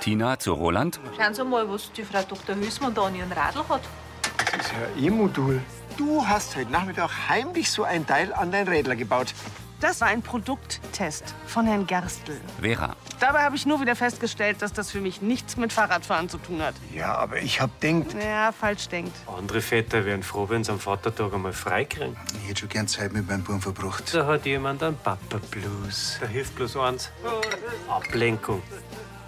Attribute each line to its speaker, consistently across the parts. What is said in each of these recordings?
Speaker 1: Tina zu Roland.
Speaker 2: Schauen Sie mal, was die Frau Dr. Hülsmann da an ihren Radl hat.
Speaker 3: Das ist ja E-Modul. Du hast heute Nachmittag heimlich so ein Teil an dein Rädler gebaut.
Speaker 4: Das war ein Produkttest von Herrn Gerstl.
Speaker 1: Vera.
Speaker 4: Dabei habe ich nur wieder festgestellt, dass das für mich nichts mit Fahrradfahren zu tun hat.
Speaker 3: Ja, aber ich hab denkt.
Speaker 4: Ja, falsch denkt.
Speaker 5: Andere Väter wären froh, wenn sie am Vatertag einmal frei kriegen.
Speaker 6: Ich hätte schon gern Zeit mit meinem Buben verbracht.
Speaker 5: Da hat jemand einen Papa-Blues. Da hilft bloß eins. Ablenkung.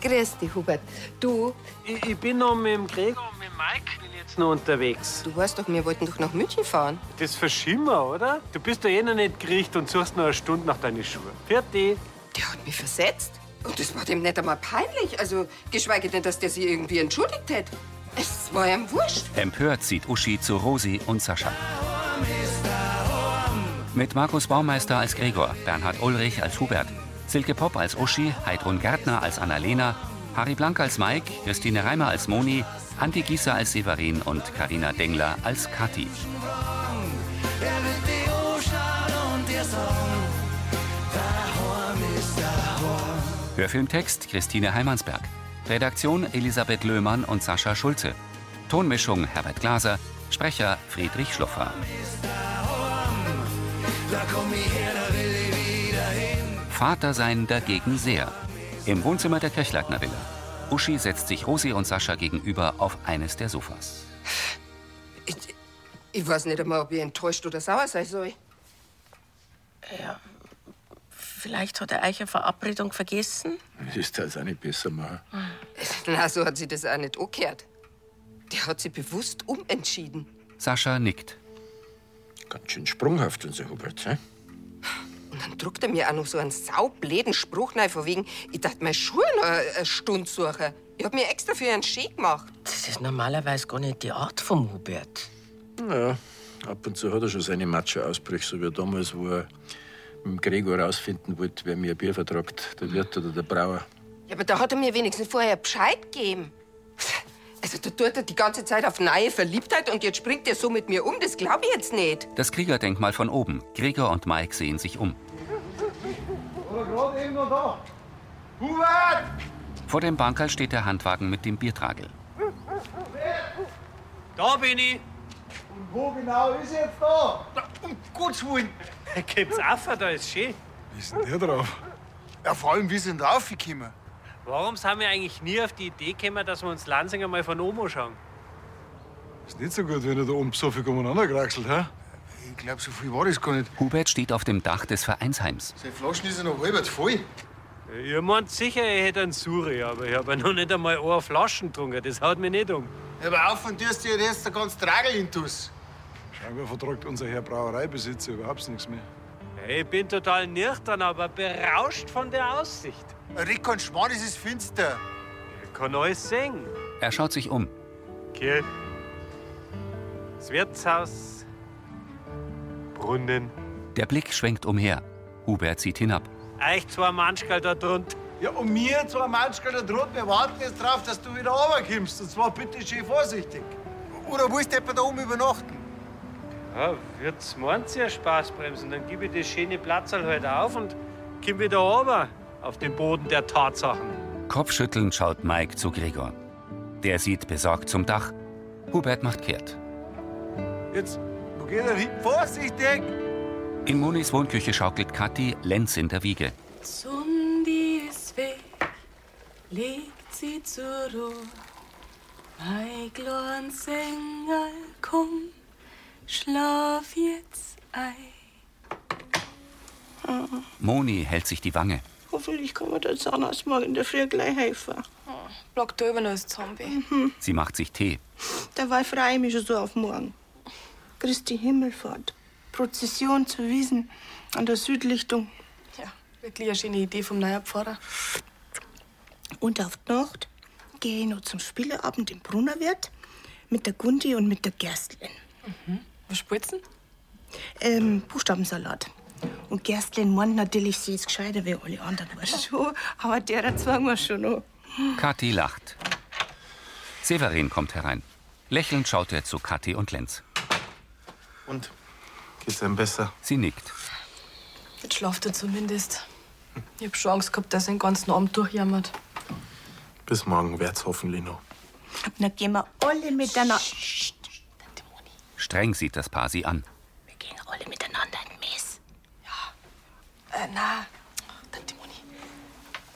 Speaker 7: Grüß dich, Hubert. Du,
Speaker 5: Ich, ich bin noch mit dem Gregor und mit dem Mike bin jetzt noch unterwegs.
Speaker 7: du weißt doch, wir wollten doch nach München fahren.
Speaker 5: Das verschieben wir, oder? Du bist da eh noch nicht gerichtet und suchst noch eine Stunde nach deinen Schuhen. Fertig.
Speaker 7: Der hat mich versetzt. Und das war dem nicht einmal peinlich. Also, geschweige denn, dass der sich irgendwie entschuldigt hätte. Es war ihm wurscht.
Speaker 1: Empört zieht Uschi zu Rosi und Sascha. Mit Markus Baumeister als Gregor, Bernhard Ulrich als Hubert, Silke Popp als Uschi, Heidrun Gärtner als Annalena, Harry Blank als Mike, Christine Reimer als Moni, Andi Gieser als Severin und Karina Dengler als Kathi. Hörfilmtext Christine Heimansberg. Redaktion Elisabeth Löhmann und Sascha Schulze. Tonmischung Herbert Glaser. Sprecher Friedrich Schloffer. Vater sein dagegen sehr. Im Wohnzimmer der Kirchleitner Villa. Uschi setzt sich Rosi und Sascha gegenüber auf eines der Sofas.
Speaker 7: Ich, ich weiß nicht einmal, ob ich enttäuscht oder sauer sein soll.
Speaker 8: Vielleicht hat er euch eine Verabredung vergessen.
Speaker 6: Ist das auch nicht besser machen?
Speaker 7: Na, so hat sie das auch nicht angehört. Der hat sie bewusst umentschieden.
Speaker 1: Sascha nickt.
Speaker 6: Ganz schön sprunghaft, unser Hubert. He?
Speaker 7: Und dann druckt er mir auch noch so einen saubläden Spruch rein, von wegen, ich dachte, meine Schuhe noch eine eine Stunde suchen. Ich hab mir extra für einen Ski gemacht.
Speaker 8: Das ist normalerweise gar nicht die Art vom Hubert.
Speaker 6: Ja, ab und zu hat er schon seine Matscherausbrüche, so wie damals, wo er mit dem Gregor rausfinden wollte, wer mir ein Bier vertragt, der Wirt oder der Brauer.
Speaker 7: Ja, aber da hat er mir wenigstens vorher Bescheid gegeben. Also, da tut er die ganze Zeit auf neue Verliebtheit und jetzt springt er so mit mir um. Das glaube ich jetzt nicht.
Speaker 1: Das Kriegerdenkmal von oben. Gregor und Mike sehen sich um. Vor dem Bankerl steht der Handwagen mit dem Biertragel.
Speaker 5: Da bin ich.
Speaker 3: Wo genau ist jetzt da?
Speaker 5: Um Gottes Willen. Gibt's Affe, da ist schön.
Speaker 9: Wie ist denn der drauf? Ja, vor allem, wie sind da aufgekommen?
Speaker 5: Warum sind wir eigentlich nie auf die Idee gekommen, dass wir uns Lansing einmal von oben anschauen?
Speaker 9: Ist nicht so gut, wenn er da oben so viel umeinander kraxelt, hä? Ich glaub, so viel war das gar nicht.
Speaker 1: Hubert steht auf dem Dach des Vereinsheims.
Speaker 9: Seine Flaschen ist ja noch halbert voll.
Speaker 5: Ihr meint sicher, ich hätte einen Suri, aber ich habe noch nicht einmal eine Flaschen getrunken. Das haut mich nicht um.
Speaker 9: Aber auf und tust dir jetzt den ganzen Tragel hintus. Scheinbar vertragt unser Herr Brauereibesitzer überhaupt nichts mehr.
Speaker 5: Ich bin total nüchtern, aber berauscht von der Aussicht.
Speaker 9: Rick und Schmarrn, es ist finster.
Speaker 5: Ich kann alles sehen.
Speaker 1: Er schaut sich um.
Speaker 5: Kirch, das Wirtshaus, Brunnen.
Speaker 1: Der Blick schwenkt umher. Hubert zieht hinab.
Speaker 5: Euch zwei Manschkal da drunter.
Speaker 3: Ja, und mir zwei Manschka da drunten, wir warten jetzt drauf, dass du wieder runterkommst. Und zwar bitte schön vorsichtig. Oder willst du etwa da oben übernachten?
Speaker 5: Ja, wird's morgens ja Spaß bremsen. Dann gebe ich das schöne Platzerl halt auf und komm wieder runter auf den Boden der Tatsachen.
Speaker 1: Kopfschüttelnd schaut Mike zu Gregor. Der sieht besorgt zum Dach. Hubert macht kehrt.
Speaker 3: Jetzt, wo geht er hin? Vorsichtig!
Speaker 1: In Monis Wohnküche schaukelt Kathi Lenz in der Wiege.
Speaker 8: Sundi ist weg, legt sie zur Ruhe. Mein kleinen Sänger, komm, schlaf jetzt ein.
Speaker 1: Moni hält sich die Wange.
Speaker 10: Ah, Hoffentlich kann mir der Zahnarzt morgen in der Früh gleich helfen.
Speaker 8: Ah,
Speaker 10: Mhm,
Speaker 8: Block da über noch als Zombie.
Speaker 1: Sie macht sich Tee.
Speaker 10: Dabei freue ich mich schon so auf morgen. Christi Himmelfahrt. Prozession zur Wiesen an der Südlichtung.
Speaker 8: Ja, wirklich eine schöne Idee vom neuen Pfarrer.
Speaker 10: Und auf die Nacht gehe ich noch zum Spieleabend im Brunnerwirt mit der Gundi und mit der Gerstlin.
Speaker 8: Was spielst du denn?
Speaker 10: Ähm, Buchstabensalat. Und Gerstlin meint natürlich, sie ist gescheiter wie alle anderen. weißt du? Schon, aber derer zwang wir schon noch.
Speaker 1: Kathi lacht. Severin kommt herein. Lächelnd schaut er zu Kathi und Lenz.
Speaker 9: Und? Geht's einem besser?
Speaker 1: Sie nickt.
Speaker 8: Jetzt schlaft er zumindest. Ich hab schon Angst gehabt, dass er den ganzen Abend durchjammert.
Speaker 11: Bis morgen wird's hoffentlich noch.
Speaker 10: Na, gehen wir alle miteinander.
Speaker 1: Streng sieht das Paar sie an.
Speaker 10: Gehen alle miteinander in Mess.
Speaker 8: Äh, na, Tante Moni.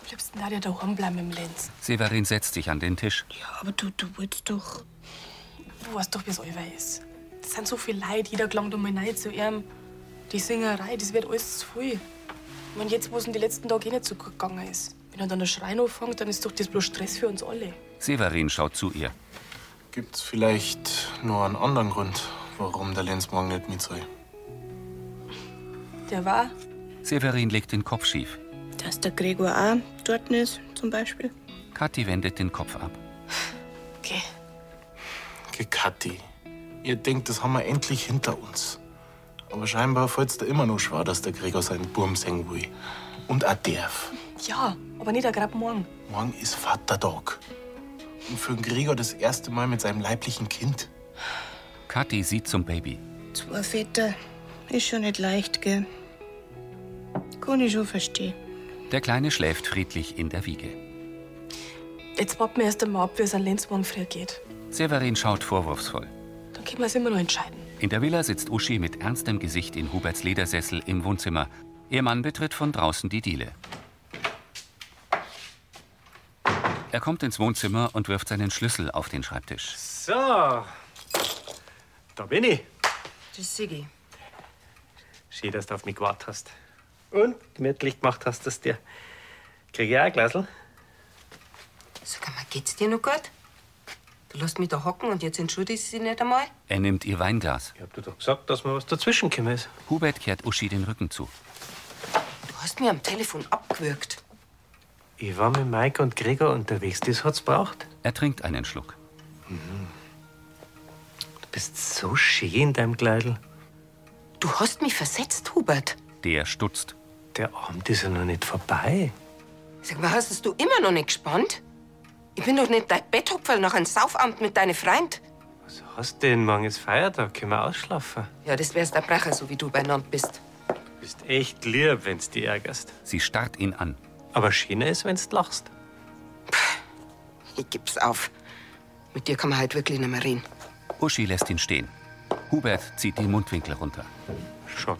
Speaker 8: Am liebsten da ja daheim bleiben im Lenz.
Speaker 1: Severin setzt sich an den Tisch.
Speaker 8: Aber du, du willst doch. Du weißt doch, wie es euer ist. Das sind so viele Leute, jeder gelangt um rein zu ihm. Die Singerei, das wird alles zu viel. Und jetzt, wo es in den letzten Tagen eh nicht so gut gegangen ist. Wenn er dann der Schrein anfängt, dann ist doch das bloß Stress für uns alle.
Speaker 1: Severin schaut zu ihr.
Speaker 11: Gibt's vielleicht nur einen anderen Grund, warum der Lenz morgen nicht mit soll?
Speaker 8: Der war?
Speaker 1: Severin legt den Kopf schief.
Speaker 10: Dass der Gregor auch dort ist, zum Beispiel.
Speaker 1: Kathi wendet den Kopf ab.
Speaker 11: Geh, Kathi. Ihr denkt, das haben wir endlich hinter uns. Aber scheinbar fällt's da immer noch schwer, dass der Gregor seinen Burm sehen will. Und auch darf.
Speaker 8: Ja, aber nicht gerade morgen.
Speaker 11: Morgen ist Vatertag. Und für den Gregor das erste Mal mit seinem leiblichen Kind.
Speaker 1: Kathi sieht zum Baby.
Speaker 10: Zwei Väter ist schon nicht leicht, gell? Kann ich schon verstehen.
Speaker 1: Der Kleine schläft friedlich in der Wiege.
Speaker 8: Jetzt warten wir erst einmal ab, wie es an Lenz morgen früh geht.
Speaker 1: Severin schaut vorwurfsvoll.
Speaker 8: Dann können wir es immer noch entscheiden.
Speaker 1: In der Villa sitzt Uschi mit ernstem Gesicht in Huberts Ledersessel im Wohnzimmer. Ihr Mann betritt von draußen die Diele. Er kommt ins Wohnzimmer und wirft seinen Schlüssel auf den Schreibtisch.
Speaker 5: So, da bin ich.
Speaker 7: Das Sigi.
Speaker 5: Schön, dass du auf mich gewartet hast. Und gemütlich gemacht hast, dass dir. Krieg ich auch ein Glasl?
Speaker 7: Sag mal, geht's dir noch gut? Du lässt mich da hocken und jetzt entschuldigst du dich nicht einmal?
Speaker 1: Er nimmt ihr Weinglas. Ich hab dir doch gesagt, dass mir was dazwischen ist. Hubert kehrt Uschi den Rücken zu.
Speaker 7: Du hast mir am Telefon abgewürgt.
Speaker 5: Ich war mit Mike und Gregor unterwegs, das hat's braucht. Mhm.
Speaker 1: Er trinkt einen Schluck.
Speaker 5: Du bist so schön in deinem Kleidel.
Speaker 7: Du hast mich versetzt, Hubert.
Speaker 1: Der stutzt.
Speaker 5: Der Abend ist ja noch nicht vorbei.
Speaker 7: Sag mal, hast du immer noch nicht gespannt? Ich bin doch nicht dein Betthupferl nach einem Saufamt mit deinen Freund.
Speaker 5: Hast denn? Morgen ist Feiertag, können wir ausschlafen.
Speaker 7: Ja, das wär's der Brecher, so wie du beieinander bist.
Speaker 5: Du bist echt lieb, wenn's dich ärgerst.
Speaker 1: Sie starrt ihn an.
Speaker 5: Aber schöner ist, wenn's lachst.
Speaker 7: Ich gib's auf. Mit dir kann man halt wirklich nicht mehr reden.
Speaker 1: Uschi lässt ihn stehen. Hubert zieht die Mundwinkel runter.
Speaker 5: Schott.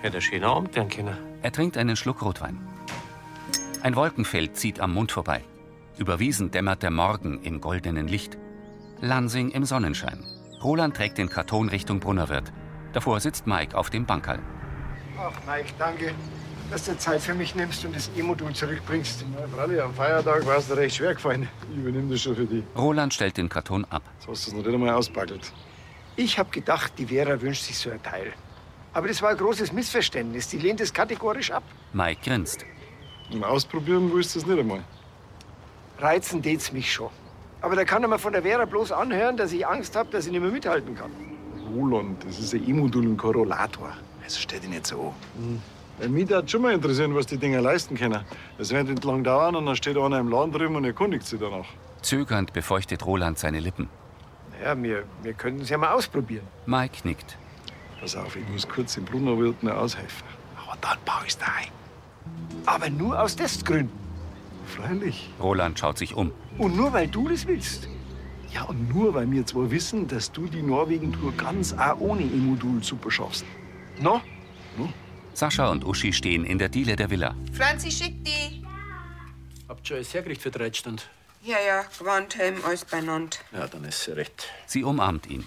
Speaker 5: Hätte ein schöner Abend werden können.
Speaker 1: Er trinkt einen Schluck Rotwein. Ein Wolkenfeld zieht am Mond vorbei. Über Wiesen dämmert der Morgen im goldenen Licht. Lansing im Sonnenschein. Roland trägt den Karton Richtung Brunnerwirt. Davor sitzt Mike auf dem Bankerl.
Speaker 3: Ach, Mike, danke, dass du Zeit für mich nimmst und das E-Modul zurückbringst. Na, Bralli, am Feiertag war es dir recht schwer gefallen.
Speaker 12: Ich übernehme das schon für dich.
Speaker 1: Roland stellt den Karton ab.
Speaker 12: So hast du es noch nicht einmal auspackelt.
Speaker 3: Ich habe gedacht, die Vera wünscht sich so ein Teil. Aber das war ein großes Missverständnis. Die lehnt es kategorisch ab.
Speaker 1: Mike grinst.
Speaker 12: Mal ausprobieren willst du es nicht einmal.
Speaker 3: Reizen tät's mich schon. Aber da kann er mir von der Vera bloß anhören, dass ich Angst habe, dass ich nicht mehr mithalten kann.
Speaker 12: Roland, das ist ein E-Modul im Korrelator. Also stell dich nicht so an. Weil mich würde schon mal interessieren, was die Dinger leisten können. Das wird nicht lang dauern und dann steht einer im Laden drüben und erkundigt sich danach.
Speaker 1: Zögernd befeuchtet Roland seine Lippen.
Speaker 3: Naja, wir, wir können es ja mal ausprobieren.
Speaker 1: Mike nickt.
Speaker 12: Pass auf, ich muss kurz im Brunnerwirt noch aushelfen. Aber dann baue ich's da ein.
Speaker 3: Aber nur aus Testgründen.
Speaker 12: Freilich.
Speaker 1: Roland schaut sich um.
Speaker 3: Und nur weil du das willst.
Speaker 12: Ja, und nur weil wir zwar wissen, dass du die Norwegen-Tour ganz auch ohne E-Modul super schaffst.
Speaker 3: No?
Speaker 1: Sascha und Uschi stehen in der Diele der Villa.
Speaker 7: Franzi, schick die.
Speaker 6: Habt ihr alles hergekriegt für drei Stunden?
Speaker 7: Ja, ja, Gewandhelm, alles beieinander.
Speaker 6: Ja, dann ist sie recht.
Speaker 1: Sie umarmt ihn.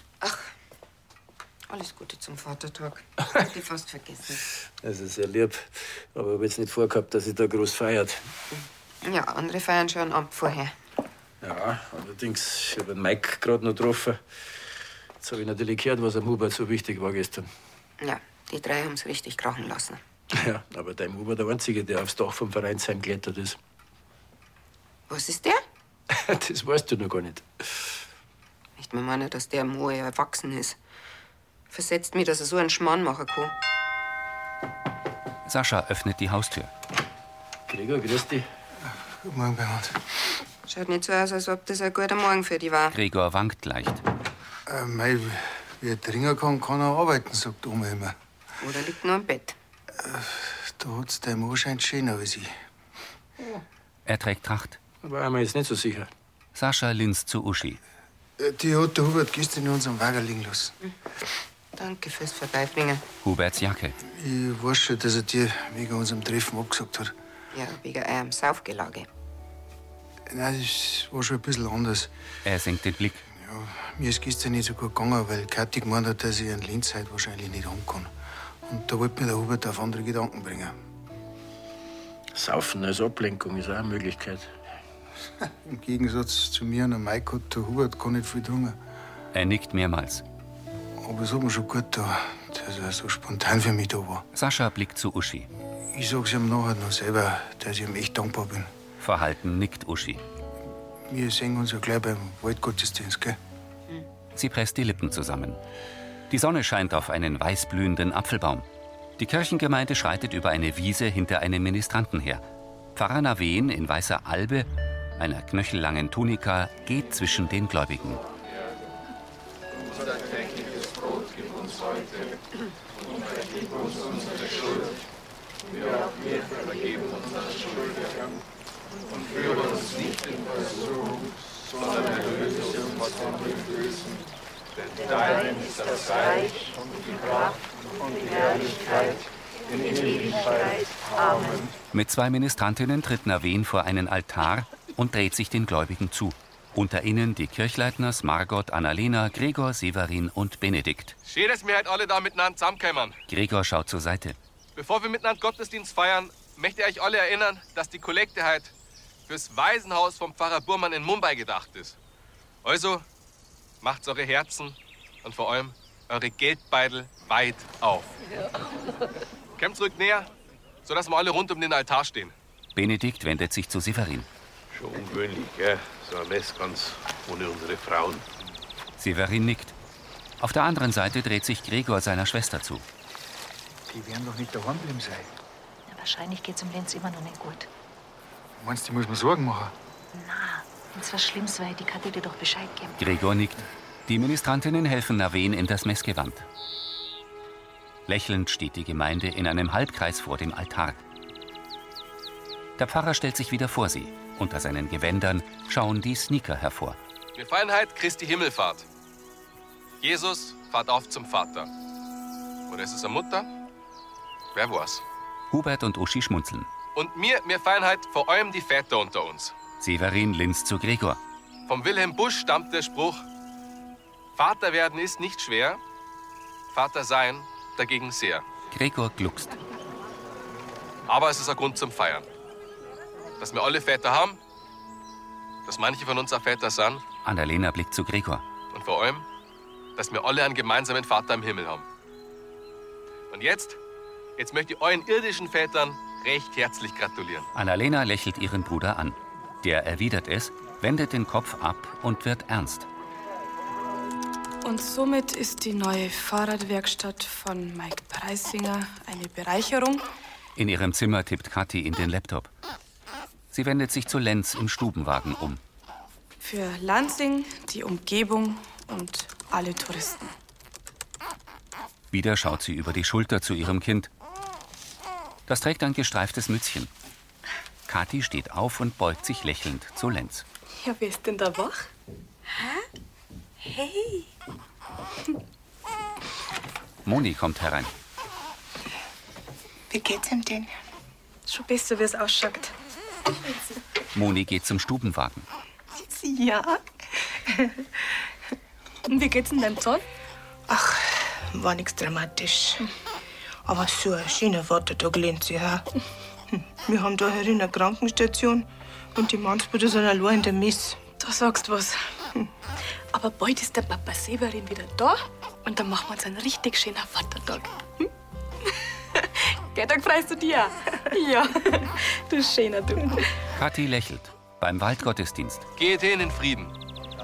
Speaker 7: Alles Gute zum Vatertag. Hätte ich fast vergessen.
Speaker 6: Das ist sehr lieb. Aber ich hab jetzt nicht vorgehabt, dass sie da groß feiert.
Speaker 7: Ja, andere feiern schon am Abend vorher.
Speaker 6: Ja, allerdings, ich hab den Mike gerade noch getroffen. Jetzt hab ich natürlich gehört, was am Hubert so wichtig war gestern.
Speaker 7: Ja, die drei haben's richtig krachen lassen.
Speaker 6: Ja, aber dein Hubert der Einzige, der aufs Dach vom Vereinsheim geklettert ist.
Speaker 7: Was ist der?
Speaker 6: Das weißt du noch gar nicht.
Speaker 7: Nicht mehr meine, dass der Moe erwachsen ist. Versetzt mir, dass er so einen Schmarrn machen kann.
Speaker 1: Sascha öffnet die Haustür.
Speaker 6: Gregor, grüß dich.
Speaker 7: Guten Morgen, Bernhard. Schaut nicht so aus, als ob das ein guter Morgen für die war.
Speaker 1: Gregor wankt leicht.
Speaker 9: Äh, mei, wer dringen kann, kann auch arbeiten, sagt die Oma immer.
Speaker 7: Oder liegt nur im Bett.
Speaker 9: Da hat's deinem anscheinend schöner als ich.
Speaker 1: Er trägt Tracht.
Speaker 6: War mir jetzt nicht so sicher.
Speaker 1: Sascha Linz zu Uschi.
Speaker 9: Äh, Die hat der Hubert gestern in unserem Wagen liegen lassen.
Speaker 7: Danke fürs Vorbeibringen.
Speaker 1: Huberts Jacke.
Speaker 9: Ich weiß schon, dass er dir wegen unserem Treffen abgesagt hat.
Speaker 7: Ja, wegen eurem Saufgelage.
Speaker 9: Nein, das war schon ein bisschen anders.
Speaker 1: Er senkt den Blick.
Speaker 9: Mir ist gestern nicht so gut gegangen, weil Kathi gemeint hat, dass ich in Linz heute wahrscheinlich nicht heim kann. Und da wollte mir der Hubert auf andere Gedanken bringen.
Speaker 6: Saufen als Ablenkung ist auch eine Möglichkeit.
Speaker 9: Im Gegensatz zu mir und dem Mike hat der Hubert gar nicht viel drungen.
Speaker 1: Er nickt mehrmals.
Speaker 9: Aber es hat mir schon gut da, dass er so spontan für mich da war.
Speaker 1: Sascha blickt zu Uschi.
Speaker 9: Ich sag's ihm nachher noch selber, dass ich ihm echt dankbar bin.
Speaker 1: Verhalten nickt Uschi.
Speaker 9: Wir sehen uns ja gleich beim Waldgottesdienst, gell?
Speaker 1: Sie presst die Lippen zusammen. Die Sonne scheint auf einen weißblühenden Apfelbaum. Die Kirchengemeinde schreitet über eine Wiese hinter einem Ministranten her. Pfarrer Naveen in weißer Albe, einer knöchellangen Tunika, geht zwischen den Gläubigen.
Speaker 13: Unser tägliches Brot gib uns heute und vergib uns unsere Schuld, wie auch wir vergeben unseren Schuldigern. Und führe uns nicht in Versuchung, sondern erlöse uns von dem Bösen. Denn dein ist das Reich und die Kraft und die Herrlichkeit in Ewigkeit. Amen.
Speaker 1: Mit zwei Ministrantinnen tritt Naveen vor einen Altar und dreht sich den Gläubigen zu. Unter ihnen die Kirchleitners Margot, Annalena, Gregor, Severin und Benedikt.
Speaker 14: Schön, dass wir heute halt alle da miteinander zusammenkommen.
Speaker 1: Gregor schaut zur Seite.
Speaker 14: Bevor wir miteinander Gottesdienst feiern, möchte ich euch alle erinnern, dass die Kollekte heute fürs Waisenhaus vom Pfarrer Burmann in Mumbai gedacht ist. Also macht eure Herzen und vor allem eure Geldbeutel weit auf. Kommt zurück näher, sodass wir alle rund um den Altar stehen.
Speaker 1: Benedikt wendet sich zu Severin.
Speaker 15: Schon ungewöhnlich, gell? So ein Mess ganz ohne unsere Frauen.
Speaker 1: Severin nickt. Auf der anderen Seite dreht sich Gregor seiner Schwester zu.
Speaker 16: Die werden doch nicht daheim geblieben sein.
Speaker 2: Wahrscheinlich geht's um Lenz immer noch nicht gut.
Speaker 16: Meinst du, die muss mir Sorgen machen?
Speaker 2: Na, wenn's was Schlimmes war, die Kathi dir doch Bescheid geben.
Speaker 1: Gregor nickt. Die Ministrantinnen helfen Naveen in das Messgewand. Lächelnd steht die Gemeinde in einem Halbkreis vor dem Altar. Der Pfarrer stellt sich wieder vor sie. Unter seinen Gewändern schauen die Sneaker hervor.
Speaker 14: Wir feiern heute Christi Himmelfahrt. Jesus fahrt auf zum Vater. Oder ist es eine Mutter? Wer war's?
Speaker 1: Hubert und Uschi schmunzeln.
Speaker 14: Und mir, mir feiern heute vor allem die Väter unter uns.
Speaker 1: Severin linst zu Gregor.
Speaker 14: Vom Wilhelm Busch stammt der Spruch: Vater werden ist nicht schwer, Vater sein dagegen sehr.
Speaker 1: Gregor gluckst.
Speaker 14: Aber es ist ein Grund zum Feiern. Dass wir alle Väter haben, dass manche von uns auch Väter sind
Speaker 1: Annalena blickt zu Gregor.
Speaker 14: und vor allem, dass wir alle einen gemeinsamen Vater im Himmel haben. Und jetzt, jetzt möchte ich euren irdischen Vätern recht herzlich gratulieren.
Speaker 1: Annalena lächelt ihren Bruder an. Der erwidert es, wendet den Kopf ab und wird ernst.
Speaker 8: Und somit ist die neue Fahrradwerkstatt von Mike Preisinger eine Bereicherung.
Speaker 1: In ihrem Zimmer tippt Kathi in den Laptop. Sie wendet sich zu Lenz im Stubenwagen um.
Speaker 8: Für Lansing, die Umgebung und alle Touristen.
Speaker 1: Wieder schaut sie über die Schulter zu ihrem Kind. Das trägt ein gestreiftes Mützchen. Kathi steht auf und beugt sich lächelnd zu Lenz.
Speaker 8: Ja, wer ist denn da wach?
Speaker 2: Hey,
Speaker 1: Moni kommt herein.
Speaker 10: Wie geht's ihm denn?
Speaker 2: schon besser, wie es ausschaut.
Speaker 1: Moni geht zum Stubenwagen.
Speaker 10: Ja. Und wie geht's denn deinem Zoll? Ach, war nichts dramatisch. Aber so ein schöner Vatertag lehnt sich her. Hm. Wir haben da herin eine Krankenstation und die Mannsbrüder sind allein in der Mess.
Speaker 8: Da sagst du was. Aber bald ist der Papa Severin wieder da und dann machen wir uns einen richtig schönen Vatertag. Hm? Gell, Tag freust du dir? Ja, du schöner Du.
Speaker 1: Kathi lächelt beim Waldgottesdienst.
Speaker 14: Geht hin in Frieden.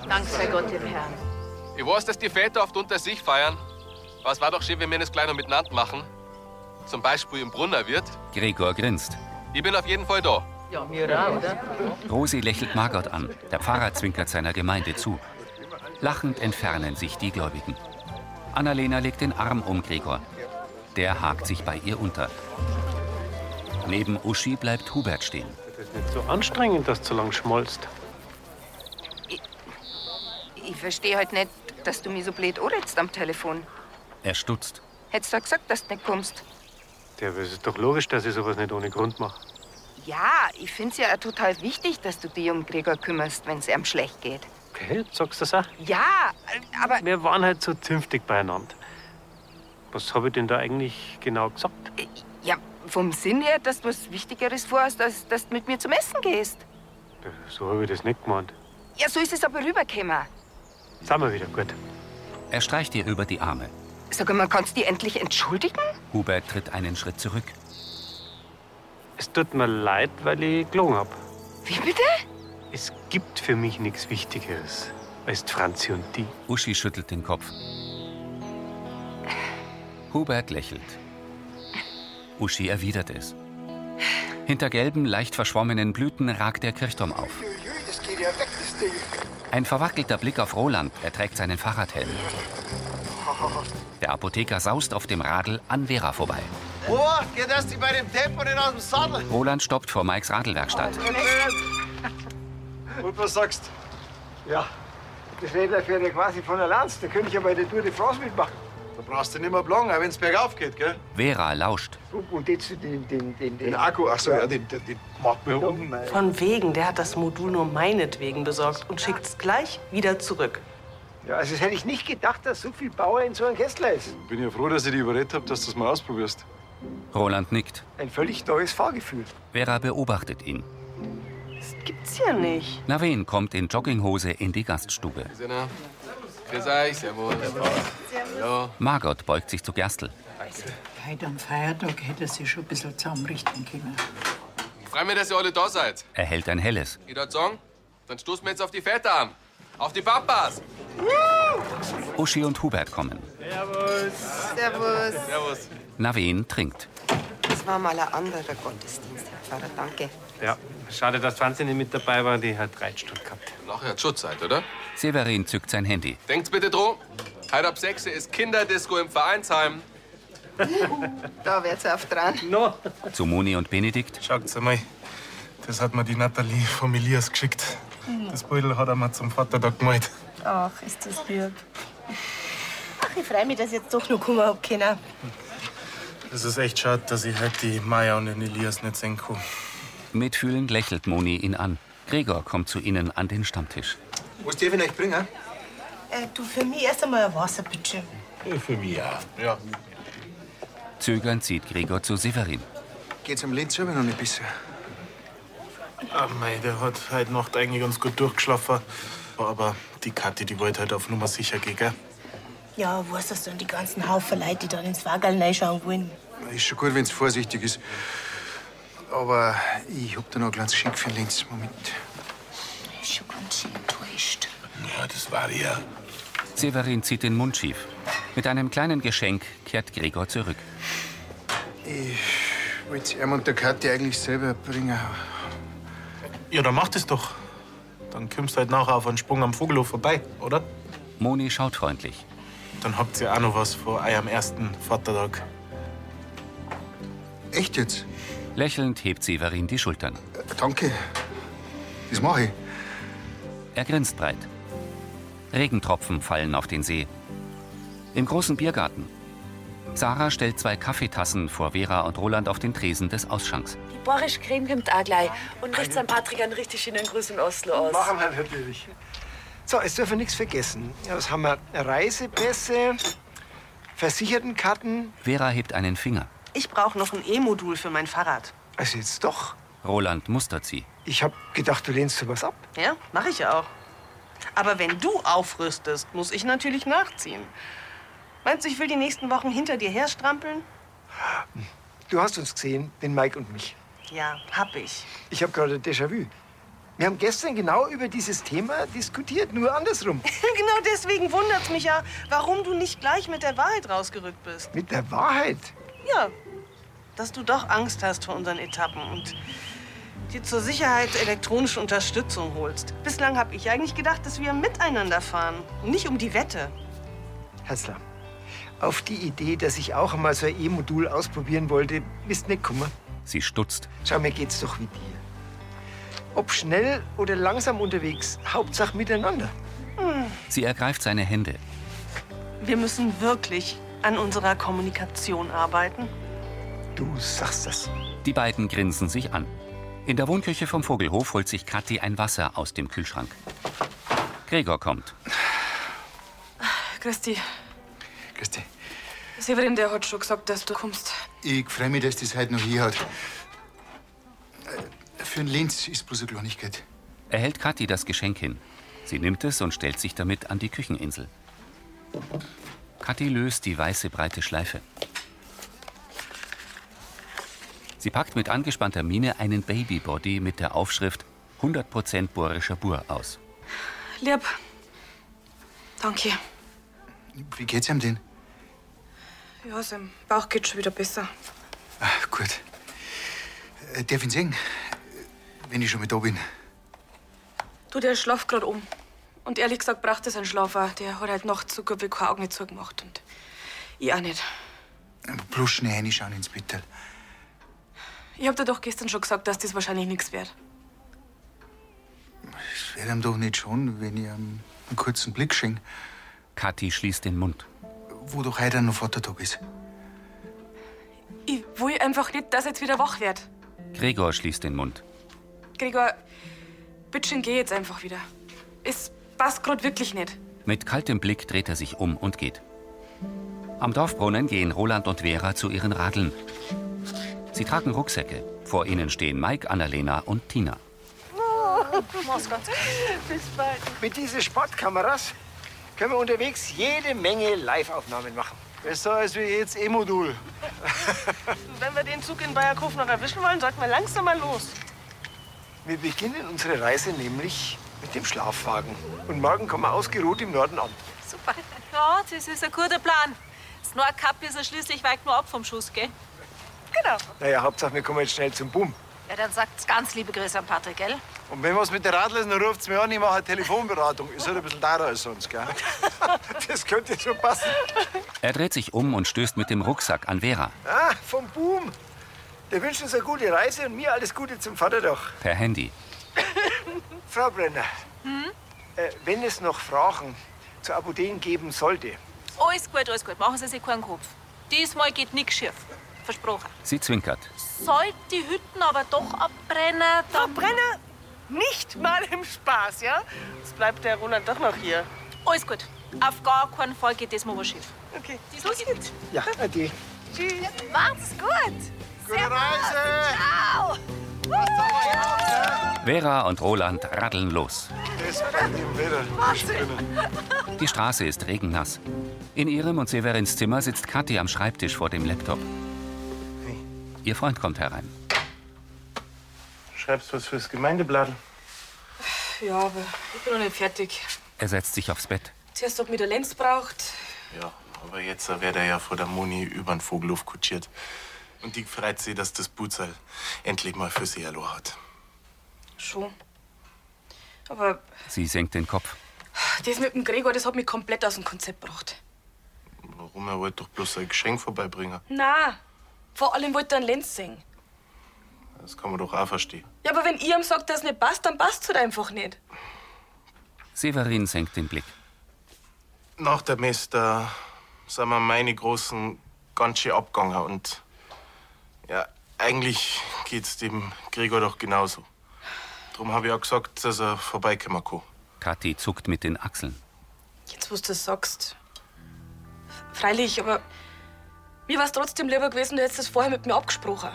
Speaker 17: Dank sei Gott dem Herrn.
Speaker 14: Ich weiß, dass die Väter oft unter sich feiern, aber es war doch schön, wenn wir das gleich noch miteinander machen. Zum Beispiel im Brunner wird.
Speaker 1: Gregor grinst.
Speaker 14: Ich bin auf jeden Fall da.
Speaker 17: Ja, mir auch, oder?
Speaker 1: Rosi lächelt Margot an. Der Pfarrer zwinkert seiner Gemeinde zu. Lachend entfernen sich die Gläubigen. Annalena legt den Arm um Gregor. Der hakt sich bei ihr unter. Neben Uschi bleibt Hubert stehen.
Speaker 5: Nicht so anstrengend, dass du so lang schmollst.
Speaker 7: Ich verstehe halt nicht, dass du mich so blöd anredst am Telefon.
Speaker 1: Er stutzt.
Speaker 7: Hättest du doch gesagt, dass du nicht kommst.
Speaker 5: Ja, aber es ist doch logisch, dass ich sowas nicht ohne Grund mache.
Speaker 7: Ja, ich find's ja auch total wichtig, dass du dich um Gregor kümmerst, wenn's ihm schlecht geht.
Speaker 5: Gell? Sagst du das auch?
Speaker 7: Ja, äh, aber
Speaker 5: Wir waren halt so zünftig beieinander. Was habe ich denn da eigentlich genau gesagt?
Speaker 7: ja, vom Sinn her, dass du was Wichtigeres vorhast, als dass du mit mir zum Essen gehst.
Speaker 5: So habe ich das nicht gemeint.
Speaker 7: Ja, so ist es aber rübergekommen.
Speaker 5: Sind wir wieder gut.
Speaker 1: Er streicht ihr über die Arme.
Speaker 7: Sag mal, kannst du dich endlich entschuldigen?
Speaker 1: Hubert tritt einen Schritt zurück.
Speaker 5: Es tut mir leid, weil ich gelogen habe.
Speaker 7: Wie bitte?
Speaker 5: Es gibt für mich nichts Wichtigeres als die Franzi und die.
Speaker 1: Uschi schüttelt den Kopf. Hubert lächelt. Uschi erwidert es. Hinter gelben, leicht verschwommenen Blüten ragt der Kirchturm auf.
Speaker 13: Das geht ja weg, das Ding.
Speaker 1: Ein verwackelter Blick auf Roland. Er trägt seinen Fahrradhelm. Der Apotheker saust auf dem Radl an Vera vorbei.
Speaker 18: Oh, geht erst die bei dem Tempo nicht aus dem Sattel.
Speaker 1: Roland stoppt vor Mikes Radlwerkstatt.
Speaker 18: Und was sagst
Speaker 3: Ja, das Rädler fährt ja quasi von der Lanz. Da könnte ich ja bei der Tour de France mitmachen.
Speaker 18: Da brauchst du nicht mehr blangen, auch wenn's bergauf geht, gell?
Speaker 1: Vera lauscht.
Speaker 3: Und jetzt den, den, den,
Speaker 18: Den Akku, ach so, ja, den, den, den mag mir unten.
Speaker 19: Von wegen, der hat das Modul nur meinetwegen besorgt und schickt's gleich wieder zurück.
Speaker 3: Ja, also das hätte ich nicht gedacht, dass so viel Bauer in so einem Kessler ist.
Speaker 12: Bin ja froh, dass ich dich überredet habe, dass du das mal ausprobierst.
Speaker 1: Roland nickt.
Speaker 3: Ein völlig neues Fahrgefühl.
Speaker 1: Vera beobachtet ihn.
Speaker 19: Gibt's ja nicht.
Speaker 1: Naveen kommt in Jogginghose in die Gaststube.
Speaker 14: Sinne. Grüß euch, servus. Hallo.
Speaker 1: Margot beugt sich zu Gerstl.
Speaker 20: Heute am Feiertag hätte er sich schon ein bisschen zusammenrichten können.
Speaker 14: Freut mich, dass ihr alle da seid.
Speaker 1: Er hält ein helles.
Speaker 14: Ich dort sagen, dann stoßen wir jetzt auf die Väter an. Auf die Papas.
Speaker 1: Uschi und Hubert kommen.
Speaker 5: Servus.
Speaker 7: Servus.
Speaker 14: Servus.
Speaker 1: Naveen trinkt.
Speaker 7: Das war mal ein anderer Gottesdienst, Herr Pfarrer, danke.
Speaker 5: Ja, schade, dass Franzi nicht mit dabei war. Die hat drei Stunden gehabt.
Speaker 14: Nachher hat Schutzzeit, oder?
Speaker 1: Severin zückt sein Handy.
Speaker 14: Denkt's bitte dran. Heute ab 6 Uhr ist Kinderdisco im Vereinsheim.
Speaker 7: Da wär's auf dran.
Speaker 5: No.
Speaker 1: Zu Moni und Benedikt.
Speaker 11: Schaut's einmal, das hat mir die Nathalie von Elias geschickt. Das Beutel hat er mir zum Vatertag gemalt.
Speaker 21: Hm. Ach, ist das lieb. Ach, ich freue mich, dass ich jetzt doch noch kommen hab können.
Speaker 11: Es ist echt schade, dass ich halt die Maya und den Elias nicht sehen kann.
Speaker 1: Mitfühlend lächelt Moni ihn an. Gregor kommt zu ihnen an den Stammtisch.
Speaker 18: Was darf ich euch bringen?
Speaker 19: Äh, du, für mich erst einmal ein Wasser, bitte.
Speaker 1: Für mich ja. Zögernd zieht Gregor zu Severin.
Speaker 9: Geht's am Linz aber noch nicht bisschen?
Speaker 11: Ah, mei, der hat heute Nacht eigentlich ganz gut durchgeschlafen. Aber die Kathi, die wollte halt auf Nummer sicher gehen, gell?
Speaker 19: Ja, was das denn, die ganzen Haufen Leute, die dann ins Wagerl reinschauen wollen.
Speaker 9: Ist schon gut, wenn's vorsichtig ist. Aber ich hab da noch ein kleines Geschenk für den Lenz. Moment.
Speaker 20: Ist schon ganz schön enttäuscht.
Speaker 1: Ja, das war ja. Severin zieht den Mund schief. Mit einem kleinen Geschenk kehrt Gregor zurück.
Speaker 9: Ich wollt's ihm und der Kathi eigentlich selber bringen.
Speaker 11: Ja, dann mach das doch. Dann kommst du halt nachher auf einen Sprung am Vogelhof vorbei, oder?
Speaker 1: Moni schaut freundlich.
Speaker 11: Dann habt ihr auch noch was vor eurem ersten Vatertag.
Speaker 9: Echt jetzt?
Speaker 1: Lächelnd hebt Severin die Schultern.
Speaker 9: Danke. Das mache ich.
Speaker 1: Er grinst breit. Regentropfen fallen auf den See. Im großen Biergarten. Sarah stellt zwei Kaffeetassen vor Vera und Roland auf den Tresen des Ausschanks.
Speaker 22: Die Borisch Creme kommt auch gleich und riecht St. Patrick einen richtig schönen Gruß in Oslo aus.
Speaker 3: Machen wir natürlich. So, jetzt dürfen wir nichts vergessen. Ja, was haben wir? Reisepässe, Versichertenkarten.
Speaker 1: Vera hebt einen Finger.
Speaker 4: Hm, Ich brauche noch ein E-Modul für mein Fahrrad.
Speaker 3: Also jetzt doch.
Speaker 1: Roland mustert sie.
Speaker 3: Ich hab gedacht, du lehnst sowas ab.
Speaker 4: Ja, mache ich auch. Aber wenn du aufrüstest, muss ich natürlich nachziehen. Meinst du, ich will die nächsten Wochen hinter dir herstrampeln?
Speaker 3: Du hast uns gesehen, den Mike und mich.
Speaker 4: Ja, hab ich.
Speaker 3: Ich habe gerade Déjà-vu. Wir haben gestern genau über dieses Thema diskutiert, nur andersrum.
Speaker 4: genau deswegen wundert's mich ja, warum du nicht gleich mit der Wahrheit rausgerückt bist.
Speaker 3: Mit der Wahrheit.
Speaker 4: Ja, dass du doch Angst hast vor unseren Etappen und dir zur Sicherheit elektronische Unterstützung holst. Bislang habe ich eigentlich gedacht, dass wir miteinander fahren, und nicht um die Wette.
Speaker 3: Hassler, auf die Idee, dass ich auch einmal so ein E-Modul ausprobieren wollte, bist nicht gekommen.
Speaker 1: Sie stutzt.
Speaker 3: Schau, mir geht's doch wie dir. Ob schnell oder langsam unterwegs, Hauptsache miteinander.
Speaker 4: Hm.
Speaker 1: Sie ergreift seine Hände.
Speaker 4: Wir müssen wirklich an unserer Kommunikation arbeiten.
Speaker 3: Du sagst das.
Speaker 1: Die beiden grinsen sich an. In der Wohnküche vom Vogelhof holt sich Kathi ein Wasser aus dem Kühlschrank. Gregor kommt.
Speaker 8: Christi,
Speaker 16: Christi,
Speaker 8: Ah, Severin, der hat schon gesagt, dass du kommst.
Speaker 16: ich freue mich, dass das heute noch hier hat. Äh, Für den Linz ist bloß eine Kleinigkeit.
Speaker 1: Er hält Kathi das Geschenk hin. Sie nimmt es und stellt sich damit an die Kücheninsel. Kathi löst die weiße breite Schleife. Sie packt mit angespannter Miene einen Babybody mit der Aufschrift 100% bohrischer Bur aus.
Speaker 8: Lieb. Danke.
Speaker 16: Wie geht's ihm denn?
Speaker 8: Ja, seinem Bauch geht schon wieder besser.
Speaker 16: Ach, gut. Äh, Darf ich ihn sehen, Äh, wenn ich schon mit da bin?
Speaker 8: Du, der schlaft grad um. Und ehrlich gesagt braucht er seinen Schlaf auch. Der hat halt nachts so gut wie keine Augen nicht zugemacht. Und ich auch nicht.
Speaker 16: Bloß schnell reinschauen ins Bitterl.
Speaker 8: Ich hab dir doch gestern schon gesagt, dass das wahrscheinlich nichts wird.
Speaker 16: Das wäre ihm doch nicht schon, wenn ich ihm einen kurzen Blick schenke.
Speaker 1: Kathi schließt den Mund.
Speaker 16: Wo doch heute noch Vatertag ist.
Speaker 8: Ich will einfach nicht, dass er jetzt wieder wach wird.
Speaker 1: Gregor schließt den Mund.
Speaker 8: Gregor, bitteschön, geh jetzt einfach wieder. Es passt grad wirklich nicht.
Speaker 1: Mit kaltem Blick dreht er sich um und geht. Am Dorfbrunnen gehen Roland und Vera zu ihren Radeln. Sie tragen Rucksäcke. Vor ihnen stehen Mike, Annalena und Tina.
Speaker 3: Mach's gut. Oh, Bis bald. Mit diesen Sportkameras können wir unterwegs jede Menge Live-Aufnahmen machen.
Speaker 18: Besser als wir jetzt
Speaker 3: eh,
Speaker 18: E-Modul.
Speaker 4: Wenn wir den Zug in Bayerkofen noch erwischen wollen, sollten wir langsam mal los.
Speaker 3: Wir beginnen unsere Reise nämlich mit dem Schlafwagen. Und morgen kommen wir ausgeruht im Norden an.
Speaker 6: Super. Ja, das ist ein guter Plan. Das Nordkap ist ja schließlich weit nur ab vom Schuss, gell? Genau.
Speaker 3: Naja, Hauptsache, wir kommen jetzt schnell zum Boom.
Speaker 6: Ja, dann sagt's ganz liebe Grüße an Patrick, gell?
Speaker 18: Und wenn was mit der Radl ist, dann ruft's mir an, ich mache eine Telefonberatung. Ist halt ein bisschen teurer als sonst, gell?
Speaker 3: Das könnte schon passen.
Speaker 1: Er dreht sich um und stößt mit dem Rucksack an Vera.
Speaker 3: Ah, vom Boom. Der wünscht uns eine gute Reise und mir alles Gute zum Vatertag.
Speaker 1: Per Handy.
Speaker 3: Frau Brenner,
Speaker 6: Hm?
Speaker 3: äh, wenn es noch Fragen zur Apotheken geben sollte,
Speaker 6: Alles gut, alles gut. Machen Sie sich keinen Kopf. Diesmal geht nichts schief. Versprochen.
Speaker 1: Sie zwinkert.
Speaker 6: Sollte die Hütten aber doch abbrennen, dann... Verbrennen?
Speaker 4: Nicht mal im Spaß, ja? Jetzt bleibt der Roland doch noch hier.
Speaker 6: Alles gut. Auf gar keinen Fall geht das mal was schief. Okay. Diesmal geht nichts.
Speaker 3: ja, ade.
Speaker 6: Tschüss. Macht's gut.
Speaker 18: Gute Reise.
Speaker 6: Ciao.
Speaker 1: Vera und Roland radeln los.
Speaker 18: Das brennt im Wetter.
Speaker 1: Die Straße ist regennass. In ihrem und Severins Zimmer sitzt Kathi am Schreibtisch vor dem Laptop. Ihr Freund kommt herein.
Speaker 11: Schreibst was fürs Gemeindeblatt?
Speaker 8: Ja, aber ich bin noch nicht fertig.
Speaker 1: Er setzt sich aufs Bett.
Speaker 8: Zuerst, ob mir der Lenz braucht.
Speaker 11: Ja, aber jetzt wäre der ja vor der Moni über den Vogelhof kutschiert. Und die freut sich, dass das Butzerl endlich mal für sie Hallo hat.
Speaker 8: Schon. Aber
Speaker 1: Sie senkt den Kopf.
Speaker 8: das mit dem Gregor, das hat mich komplett aus dem Konzept gebracht.
Speaker 11: Warum er wollte doch bloß ein Geschenk vorbeibringen.
Speaker 8: Na, vor allem wollte er einen Lenz singen.
Speaker 11: Das kann man doch auch verstehen.
Speaker 8: Ja, aber wenn ihr ihm sagt, dass es nicht passt, dann passt es halt einfach nicht.
Speaker 1: Severin senkt den Blick.
Speaker 11: Nach der Messe, da sind wir meine Großen ganz schön abgegangen. Und ja, eigentlich geht's dem Gregor doch genauso. Drum habe ich auch gesagt, dass er vorbeikommen kann.
Speaker 1: Kathi zuckt mit den Achseln.
Speaker 8: Jetzt, wo du das sagst. Freilich, aber mir war es trotzdem lieber gewesen, du hättest das vorher mit mir abgesprochen.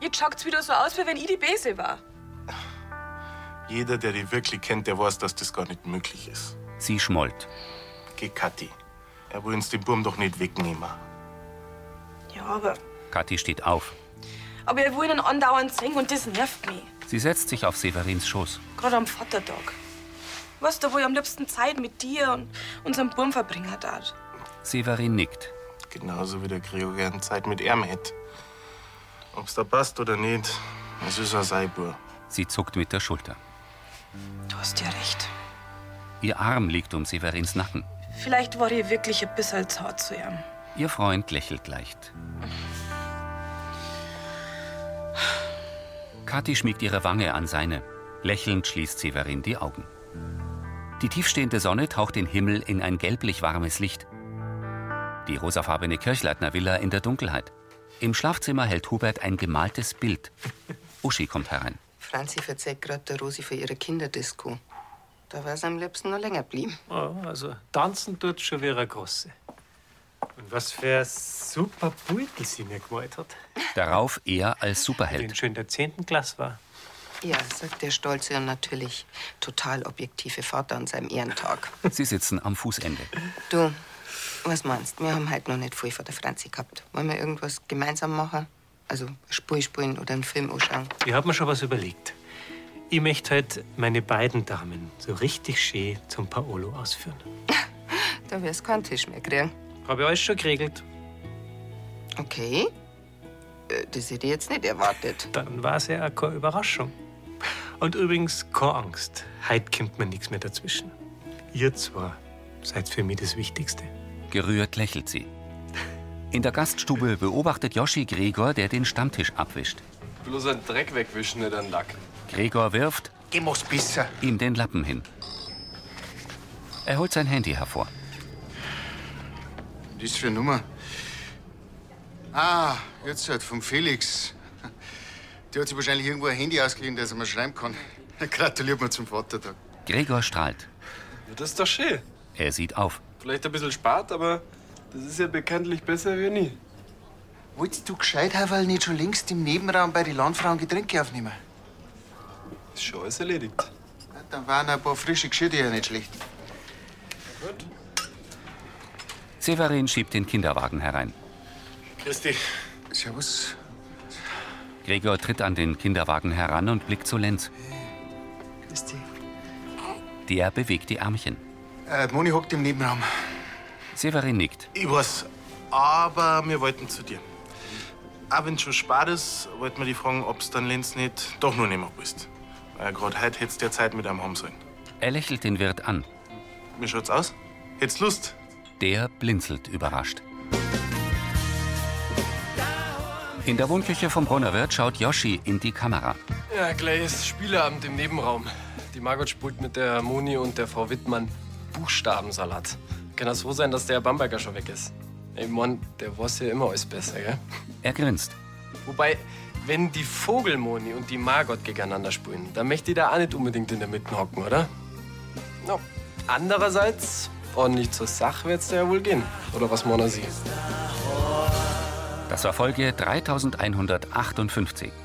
Speaker 8: Jetzt schaut's wieder so aus, wie wenn ich die Bese war.
Speaker 11: Jeder, der die wirklich kennt, der weiß, dass das gar nicht möglich ist.
Speaker 1: Sie schmollt.
Speaker 11: Geh, Kathi. Er will uns den Burm doch nicht wegnehmen.
Speaker 8: Ja, aber.
Speaker 1: Kathi steht auf.
Speaker 8: Aber er will ihn andauernd singen und das nervt mich.
Speaker 1: Sie setzt sich auf Severins Schoß.
Speaker 8: Gerade am Vatertag. Weißt du, wo ich am liebsten Zeit mit dir und unserem Burm verbringen darf?
Speaker 1: Severin nickt.
Speaker 11: Genauso wie der Gregor gern Zeit mit ihm hätte. Ob's da passt oder nicht, es ist ein Seibur.
Speaker 1: Sie zuckt mit der Schulter.
Speaker 8: Du hast ja recht.
Speaker 1: Ihr Arm liegt um Severins Nacken.
Speaker 8: Vielleicht war ich wirklich ein bisschen zu hart zu ihm.
Speaker 1: Ihr Freund lächelt leicht. Kathi schmiegt ihre Wange an seine. Lächelnd schließt Severin die Augen. Die tiefstehende Sonne taucht den Himmel in ein gelblich warmes Licht. Die rosafarbene Kirchleitner Villa in der Dunkelheit. Im Schlafzimmer hält Hubert ein gemaltes Bild. Uschi kommt herein.
Speaker 7: Franzi verzeiht gerade der Rosi für ihre Kinderdisco. Da wär's am liebsten noch länger blieben.
Speaker 5: Ja, also tanzen tut schon wie eine Große. Und was für ein super Beutel sie mir gemalt hat.
Speaker 1: Darauf er als Superheld.
Speaker 5: Den schon in der 10. Klasse war.
Speaker 7: Ja, sagt der stolze und natürlich total objektive Vater an seinem Ehrentag.
Speaker 1: Sie sitzen am Fußende.
Speaker 7: Du, was meinst? Wir haben halt noch nicht viel von der Franzi gehabt. Wollen wir irgendwas gemeinsam machen? Also Spur spielen oder einen Film anschauen?
Speaker 5: Ich hab mir schon was überlegt. Ich möchte halt meine beiden Damen so richtig schön zum Paolo ausführen.
Speaker 7: Da wär's kein Tisch mehr kriegen.
Speaker 5: Habe ich alles schon geregelt.
Speaker 7: Okay. Äh, Das hätte ich jetzt nicht erwartet.
Speaker 5: Dann war es ja auch keine Überraschung. Und übrigens, keine Angst. Heute kommt mir nichts mehr dazwischen. Ihr zwar seid für mich das Wichtigste.
Speaker 1: Gerührt lächelt sie. In der Gaststube beobachtet Joschi Gregor, der den Stammtisch abwischt.
Speaker 14: Bloß einen Dreck wegwischen, nicht einen Lack.
Speaker 1: Gregor wirft ihm den Lappen hin. Er holt sein Handy hervor.
Speaker 16: Das ist für eine Nummer. Ah, jetzt halt vom Felix. Der hat sich wahrscheinlich irgendwo ein Handy ausgeliehen, dass er mir schreiben kann. Gratuliert mir zum Vatertag.
Speaker 1: Gregor strahlt.
Speaker 11: Ja, das ist doch schön.
Speaker 1: Er sieht auf.
Speaker 11: Vielleicht ein bisschen spart, aber das ist ja bekanntlich besser wie nie.
Speaker 16: Wolltest du gescheit Havel nicht schon längst im Nebenraum bei den Landfrauen Getränke aufnehmen?
Speaker 11: Ist schon alles erledigt.
Speaker 16: Na, dann waren ein paar frische Geschirre ja nicht schlecht.
Speaker 1: Severin schiebt den Kinderwagen herein.
Speaker 11: Grüß dich.
Speaker 16: Servus.
Speaker 1: Gregor tritt an den Kinderwagen heran und blickt zu Lenz.
Speaker 16: Grüß dich.
Speaker 1: Der bewegt die Ärmchen.
Speaker 16: Äh, die Moni hockt im Nebenraum.
Speaker 1: Severin nickt.
Speaker 11: Ich weiß, aber wir wollten zu dir. Auch wenn schon spät ist, wollten wir dich fragen, ob es dann Lenz nicht doch nur nehmen willst. Weil gerade heute hättest du ja Zeit mit einem haben sollen.
Speaker 1: Er lächelt den Wirt an.
Speaker 11: Wie schaut's aus? Hättest Lust?
Speaker 1: Der blinzelt überrascht. In der Wohnküche vom Brunnerwirt schaut Yoshi in die Kamera.
Speaker 15: Ja, gleich ist Spieleabend im Nebenraum. Die Margot spielt mit der Moni und der Frau Wittmann Buchstabensalat. Kann das so sein, dass der Herr Bamberger schon weg ist? Ich mein, der weiß ja immer alles besser, gell?
Speaker 1: Er grinst.
Speaker 15: Wobei, wenn die Vogelmoni und die Margot gegeneinander spielen, dann möchte ich da auch nicht unbedingt in der Mitte hocken, oder? No. Andererseits, ordentlich zur Sache wird's da ja wohl gehen. Oder was meinen Sie?
Speaker 1: Das war Folge 3158.